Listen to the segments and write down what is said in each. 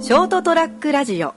ショートトラックラジオ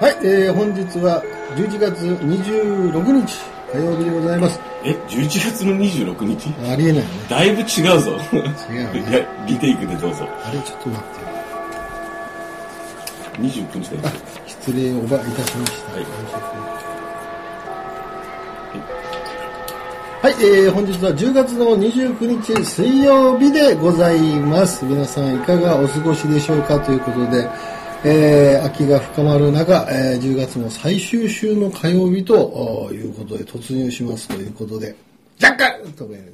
はい、えー、本日は11月26日火曜日でございます。え、11月の26日ありえないよね。だいぶ違うぞ。違うねいや、リテイクでどうぞ。あれ、ちょっと待ってよ。 29日だよ。失礼をおばいたしました。はいはい、えー、本日は10月の29日水曜日でございます。皆さんいかがお過ごしでしょうかということで、えー、秋が深まる中、えー、10月の最終週の火曜日とおーいうことで突入しますということで、ジャッカルとか言うね。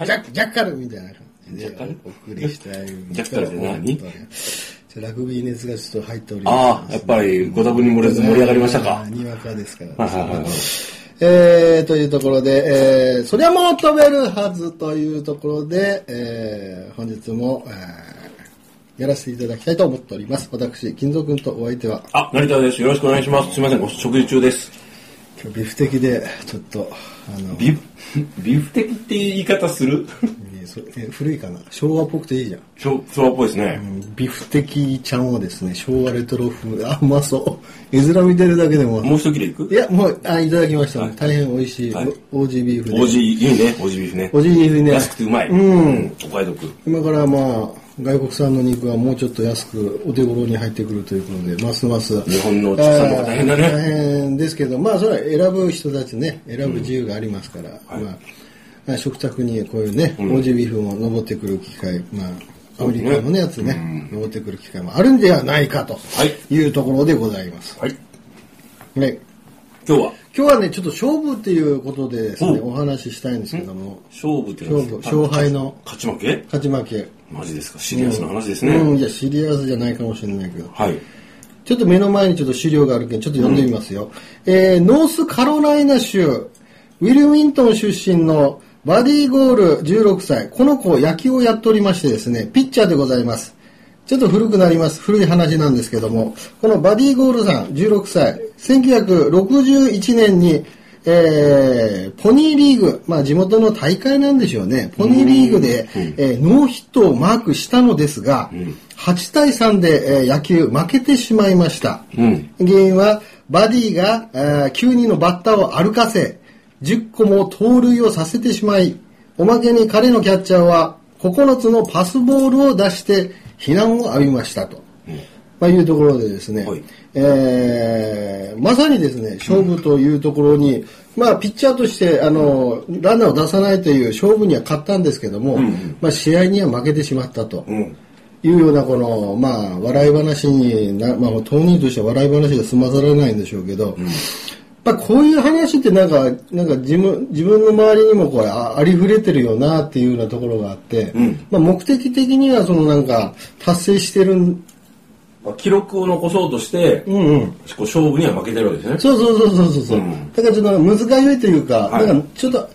ジャッジャッカルみたいな感じでジャッカルお送りしたい。ジャッカルって何ちょっとラグビー熱がちょっと入っておりあます。あ、やっぱりご多分に漏れず盛り上がりましたか。にわかですから。はいはいはいはいえー、というところで、えー、そりゃもう飛べるはずというところで、えー、本日も、えー、やらせていただきたいと思っております。私、金蔵君とお相手は、あ、成田です。よろしくお願いします。すいません、ご食事中です。今日ビフ的で、ちょっと、あの、ビフ、ビフ的って言い方す るえーそえー古いかな昭和っぽくていいじゃん。昭昭和っぽいですね。ビフ的ちゃんをですね、昭和レトロ風、あ、うまそう。絵面見てるだけでも、もう一切れいくいや、もう、あ、いただきました。大変美味しい、はいオージービーフで。オージー、いいね、オージービーフね。オージービーフね。安くてうまい。うん。。お買い得。今からまあ、外国産の肉はもうちょっと安くお手頃に入ってくるということで、ますます。日本のお客様が大変だねえー大変ですけど、まあそれは選ぶ人たちね、選ぶ自由がありますから、まあまあ、食卓にこういうね、オージービーフも登ってくる機会、まあ、アメリカのね、やつね、登ってくる機会もあるんではないかとはいいうところでございます。はい。ね今日は、今日はね、ちょっと勝負っていうことでですね、うお話ししたいんですけども、勝負って勝何負、です勝か敗の勝ち負け勝ち負け。マジですか。シリアスな話ですうね。ん、いや、シリアスじゃないかもしれないけど。はい。ちょっと目の前にちょっと資料があるけど、ちょっと読んでみますよ。えー、ノースカロライナ州、ウィル・ウィントン出身のバディ・ゴール16歳。この子、野球をやっておりましてですね、ピッチャーでございます。ちょっと古くなります。古い話なんですけども、このバディ・ゴールさん、16歳、1961年に、えーポニーリーグ、まあ地元の大会なんでしょうね。ポニーリーグで、えーノーヒットをマークしたのですが、8対3で、えー野球負けてしまいました。うん。原因はバディがえー9人のバッターを歩かせ10個も盗塁をさせてしまいおまけに彼のキャッチャーは9つのパスボールを出して非難を浴びましたと、まあ、いうところでですね、はいえーまさにですね勝負というところに、まあ、ピッチャーとしてあのランナーを出さないという勝負には勝ったんですけども、まあ、試合には負けてしまったと。うん。いうようなこの、まあ、笑い話にな、まあ、当人としては笑い話が済まされないんでしょうけど、まあ、こういう話ってなんか、なんか自分、自分の周りにもこうあ、ありふれてるよなっていうようなところがあって、んまあ、目的的にはそのなんか、達成してるん、まあ記録を残そうとして、うんうん。こう勝負には負けてるわけですね。そうそうそうそうそうそう、うんだからちょっと難しいというか、はいなんかちょっと、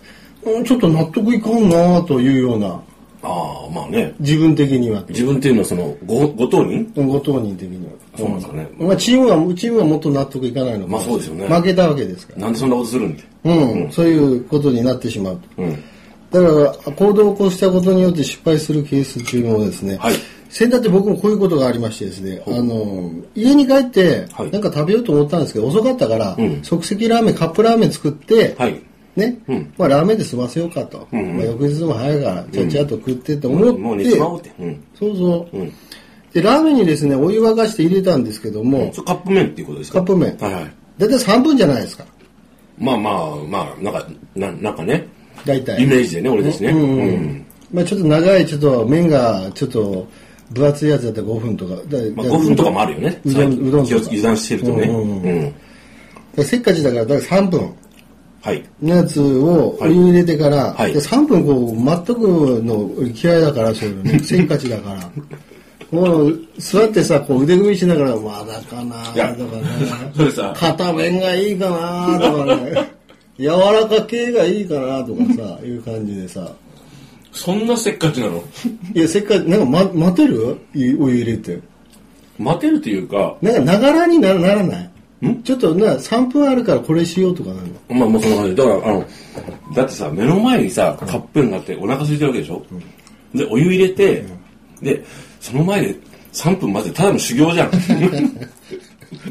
うんちょっと納得いかんなというような、ああ、まあね。自分的には。自分っていうのはその、ご、ご当人ご当人的には。そうなんですかねまあ、チームは、チームはもっと納得いかないのかまあそうですよね負けたわけですから。なんでそんなことするんで。うん、そういうことになってしまうと。うん。だから、行動を起こしたことによって失敗するケースっていうのはですね、はい先だって僕もこういうことがありましてですね、あの、家に帰ってはい、なんか食べようと思ったんですけど、遅かったから、うん即席ラーメン、カップラーメン作って、はい。ね、うんまあラーメンで済ませようかと。んうんまあ、翌日も早いから、ちゃっちゃっと食ってって思って、もう寝ちまおうって。うん。そうそう。うん。で、ラーメンにですね、お湯沸かして入れたんですけども、それカップ麺っていうことですカかップ麺。はいはい。だいたい3分じゃないですか。まあまあまあ、なんか、ななんかね、だいたい。イメージでね、俺ですね。うんうんうん。まあちょっと長い、ちょっと麺がちょっと分厚いやつだったら5分とか。だまあ5分とかもあるよね。うどん、うどん気とをか。油断してるとね。うんうんうんだかうん。らせっかちだから、だから3分はい。のやつをお湯に入れてから、はいで3分こう、全くの嫌いだから、そうい うの、ね、せっかちだから。もう座ってさ、こう腕組みしながら、まだかなといやかね。それさ、片面がいいかな とかね柔らか系がいいかなとかさいう感じでさそんなせっかちなのいや、せっかく、なんか、ま、待てるいお湯入れて。 待てるというか、なんか、ながらになならないんちょっとな、3分あるからこれしようとかなるの。まあもうそんな感じ。だから、あの、だってさ、目の前にさ、カップ麺があってお腹空いてるわけでしょ、で、お湯入れて、で、その前で3分待ってただの修 行じゃん。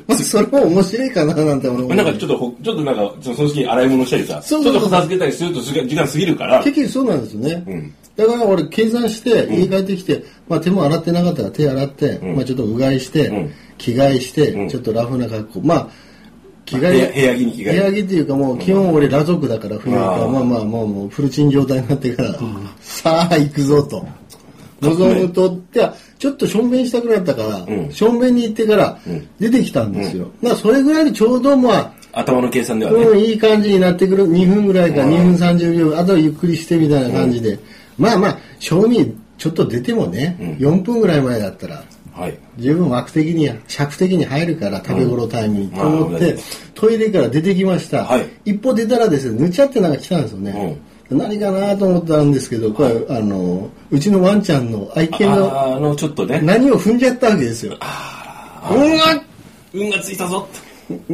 まあ、 それも面白いかな、なんて俺もなんかちょっとほ、ちょっとなんか、そのその時洗い物したりさ、そうそうそうちょっと片付けたりすると時間時間過ぎるから、結局そうなんですよね。だから俺計算して家帰ってきて、まあ手も洗ってなかったら手洗って、まあちょっとうがいして、ん着替えして、んちょっとラフな格好。まあ着替部屋え、部屋着に着替える部屋着っていうかもう基本俺裸族だから冬は、うんまあまあまあもうフルチン状態になってから、さあ行くぞと。望むとって、ちょっとしょんべんしたくなったから、んしょんべんに行ってから出てきたんですよ。まあそれぐらいでちょうどまあ頭の計算ではね。うん、いい感じになってくる。2分ぐらいか、2分30秒、あとゆっくりしてみたいな感じで。まあまあ、賞味ちょっと出てもね、4分ぐらい前だったら、はい。十分枠的に、尺的に入るから、食べ頃タイムに、と思っまあて、トイレから出てきました。はい一歩出たらですね、ぬちゃってなんか来たんですよね。何かなと思ったんですけど、これ、あの、うちのワンちゃんの愛犬のあの、ちょっとね、何を踏んじゃったわけですよ。うわっ運がついたぞっ て。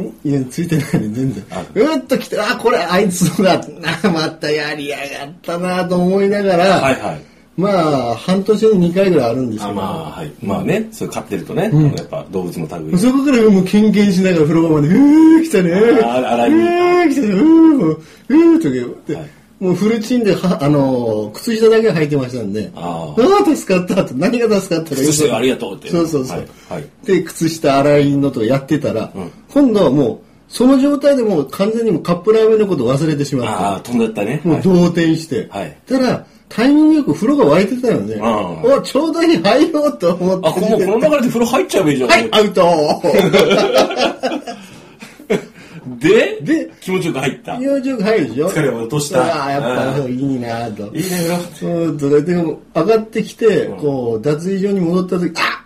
んいや、ついてないね、全然。うっと来て、あ、これあいつのだ、な、またやりやがったなと思いながら、はいはい。まあ、半年に2回ぐらいあるんですあけまど、あ、はい。まあね、それ飼ってるとね、あのやっぱ動物の類い。そこからもうキンキンしながら風呂場まで、うー来たね、うあー洗いにー来たね、うーもう、うーとけ、ではいもうフルチンでは、あのー、靴下だけ履いてましたんで、ああ助かったと、何が助かったか靴下がありがとうってそうそうそう。はいはいで、靴下洗いのとかやってたら、今度はもう、その状態でもう完全にもうカップラーメンのこと忘れてしまあっあ、飛んだったね。て、もうはい動転して、はいたら、タイミングよく風呂が沸いてたよね。あおちょうどいい入ろうと思って。あ、こもうこの流れで風呂入っちゃえばいいじゃん。はい、ア ウトで、で気持ちよく入った。いいね、入場入るでしょ疲れを落としたああ、やっぱいいなぁと。風呂。そうとか、でも上がってきて、こう、脱衣所に戻った時、あ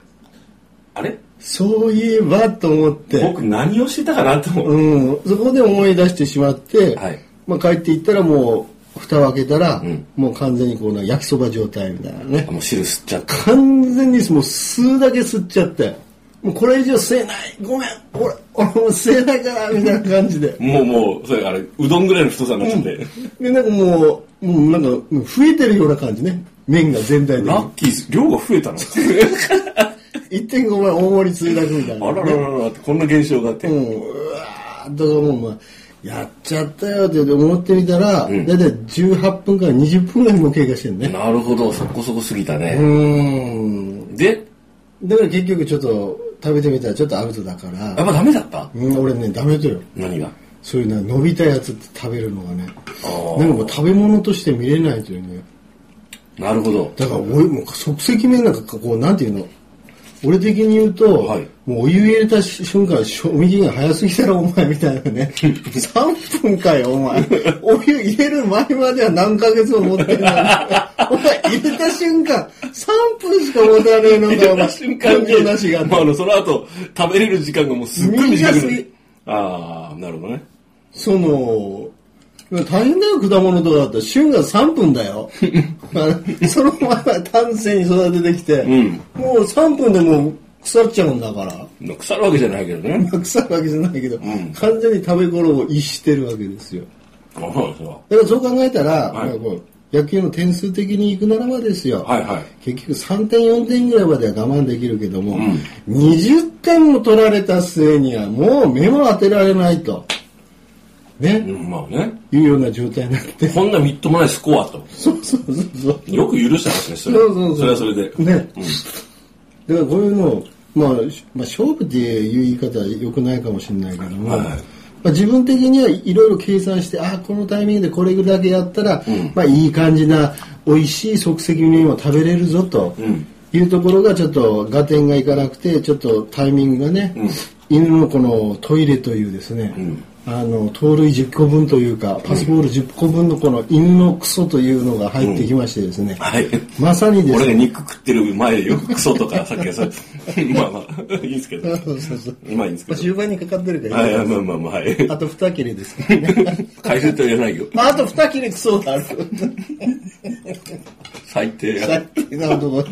あれそういえばと思って。僕何をしてたかなと思う。うん、そこで思い出してしまって、はいまあ、帰っていったらもう蓋を開けたら、んもう完全にこうな焼きそば状態みたいなねあもう汁吸っちゃった。完全にもう吸うだけ吸っちゃってもうこれ以上吸えないごめん俺俺もう吸えないからみたいな感じでもうもう、それあれ、うどんぐらいの太さになっちゃって。でなんかもうもうなんか増えてるような感じね麺が全体的にラッキー、量が増えたの。 1.5倍大盛りついだくみたいな、あららららって、こんな現象があって。うん、うわーだからもう、まあ、やっちゃったよって思ってみたら、だいたい18分から20分ぐらいもう経過してるね。なるほど、そこそこ過ぎたうね。ーん。で、だから結局ちょっと食べてみたらちょっとアウトだかやら、っぱダメだったうん、俺ね、ダメだよ。何がそういうな、伸びたやつって食べるのがね。あなんかもう食べ物として見れないというね。あ、なるほど。だから俺もう即席麺なんかこう、なんていうの俺的に言うと、はいもうお湯入れた瞬間、賞味期限早すぎたらお前みたいな ね。3分かよ、お前。お湯入れる前までは何ヶ月も持って るのに。お前入れた瞬間、3分しか持たねえのかよ、お前。入れた瞬間根性なしがに、まあ、あの、その後、食べれる時間がもうすっごい短くなる。ああ、なるほどね。その、大変だよ、果物とかだったら、旬が3分だ よ。あのそのまま丹精に育ててきて、んもう3分でもう腐っちゃうんだから。 まあ腐るわけじゃないけどね。腐るわけじゃないけど、ん完全に食べ頃を逸してるわけですよ。あそうなんですよ。だからそう考えたら、はいまあこう野球の点数的に行くならばですよ。はいはい。結局3点4点ぐらいまでは我慢できるけども、ん20点も取られた末にはもう目も当てられないと、うね、ん、まあね。いうような状態になって、こんなみっともないスコアと。そうそうそうそう。よく許したんですね、それ。そうそうそう。それはそれで。ね。だからこういうのを、まあ、しまあ、勝負っていう言い方は良くないかもしれないけども、はいまあ、自分的にはいろいろ計算して、あこのタイミングでこれだけやったら、まあ、いい感じな、美味しい即席麺を食べれるぞと。いうところがちょっと合点がいかなくてちょっとタイミングがね、犬のこのトイレというですね、あの盗塁10個分というかパスボール10個分のこの犬のクソというのが入ってきましてですね、はい。まさにです俺がね。肉食ってる前よ、クソとか、さっきはさ、 まあまあ、いいんですけど。そうそうそう。まあいいんですまけあ、ど。終盤にかかってるから、はい、はいまあまあまあ、はい。あと二切れですからね。 解説とは言わないよ。まあ、あと二切れクソがある。最低さや。っきのとこ。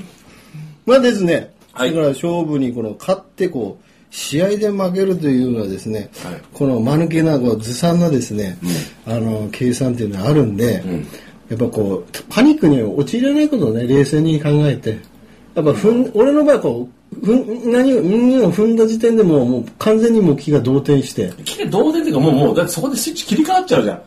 まあですね、はいだから勝負にこの勝ってこう、試合で負けるというのはですね、はいこの間抜けなこうずさんなですね、あの計算っていうのはあるんで、やっぱこうパニックに陥らないことをね冷静に考えてやっぱふん、俺の場合はこうふん何を何を踏んだ時点でもうもう完全にもう気が動転してきれい同点っていうか、もう、もう、だってそこでスイッチ切り替わっちゃうじゃん。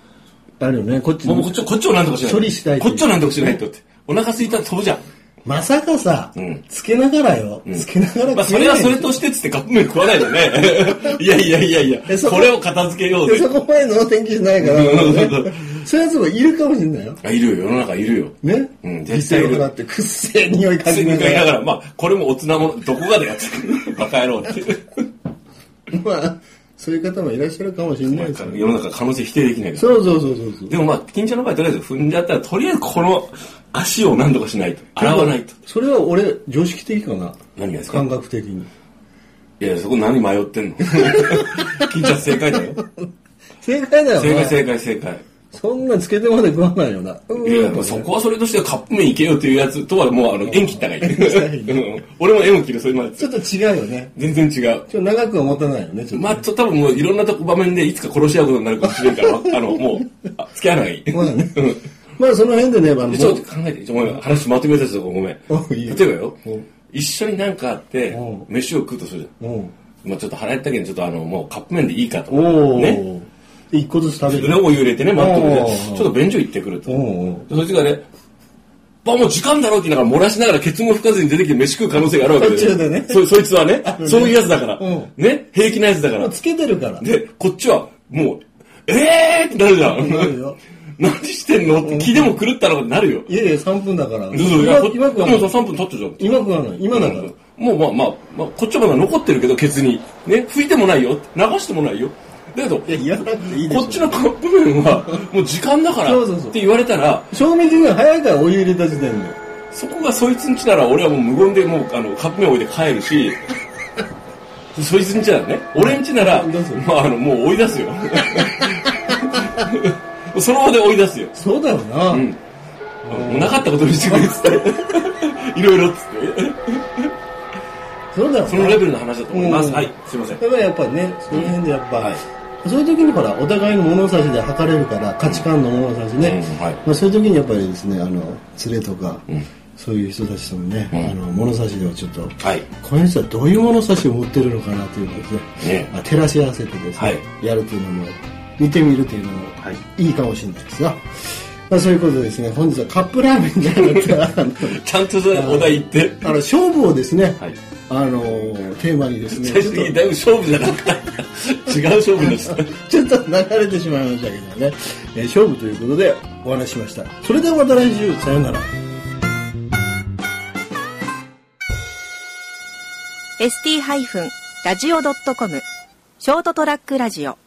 あるよねこっちもう、こっちを、こっちをなんとかしないと。処理したいとこっちをなんとかしないとって。お腹空いたら飛ぶじゃん。まさかさ、んつけながらよ、つけながらまあ、それはそれとしてっつってカップ麺食わないじゃんね。 いやいやいやいやえ、そここれを片付けようでぜそ。こまでの天気しないから、うんねそういうやつもいるかもしれないよ。あいるよ、世の中いるよ。ねうん絶対いるだって、くっせえ匂い普感通じになが買いなら。がら、まあ、これもおつなもの、どこがだよって。バカ野郎って。まあ、そういう方もいらっしゃるかもしれないですよね。世の中可能性否定できないから。そうそうそうそうそう。 でもまあ、金ちゃんの場合、とりあえず踏んじゃったら、とりあえずこの足を何とかしないと。洗わないと。。それは俺、常識的かな。何がですか感覚的に。いや、そこ何迷ってんの 金ちゃん正解だ よ。正解だよな。正解、正解、正解。そんなんつけてまで食わないよな。うんいや、そこはそれとしてカップ麺いけよというやつとはもう、あの、縁切ったがい い。うん俺も縁を切る、それまで。ちょっと違うよね。全然違う。ちょっと長くは持たないよね、ちょっと。まあ、ちょ多分もういろんなとこ場面でいつか殺し合うことになるかもしれんから、あの、もう、あ付き合わない。まあね。まあその辺でね、あの、でちょっと考えて、ちょごめん、話まとめたやつとかごめん。 おいい例えよばようん、一緒になんかあってうん、飯を食うとするじゃん。うん。まあちょっと腹減ったけど、ちょっとあの、もうカップ麺でいいかと。おお。ね。で一個ずつ食べで、る。お湯入れてね、待ってるおちうょっと便所行ってくると。おうおうでそいつがね、ばもう時間だろうって言いながら漏らしながらケツも吹かずに出てきて飯食う可能性があるわけ途中でねそそいつはね、そういうやつだからうん。ね、平気なやつだかもらう。つけてるから。で、こっちは、もう、えーってなるじゃなるん。よ。 何してんのって気でも狂ったのかなるよ。いやいや、3分だから。そうそうい今や今食わなもうい。 3分経ったじゃん。今食わない。今だから。もうまあまあ、まあ、こっちはまだ残ってるけど、ケツに。ね、拭いてもないよ。流してもないよ。だけど、いや、やらなくていいでしこょっちのカップ麺は、 もう時間だからそうそうそうって言われたら、賞味期限早いから、お湯入れた時点で。そこがそいつんちなら俺はもう無言でもうあのカップ麺置いて帰るし そいつんちならね俺んちなら、どうするまあ、あのもう追い出 すよその場で追い出すよ、そうだよな。うん、もうなかったことにしてくれっつって いろいろっつってそうだよな。そのレベルの話だと思います、はいすいませんだからやっぱね、その辺でやっぱ、はいそういう時にほら、お互いの物差しで測れるから、価値観の物差しね、うんはいまあ、そういう時にやっぱりですね、あの、連れとか、んそういう人たちとのね、うんあの、物差しではちょっと、はいこの人はどういう物差しを持ってるのかなというのをですね、ねまあ照らし合わせてですね、はいやるというのも、見てみるというのもはい、いいかもしれないですが、まあ、そういうことでですね、本日はカップラーメンじゃなく て、あのちゃんとそのお題言ってあの勝負をですね、はいあのテーマにですね、最終的にだいぶ勝負じゃなかった違う勝負でしたちょっと流れてしまいましたけどね、えー勝負ということでお話ししました。それではまた来週、さようなら。 ST-radio.com ショートトラックラジオ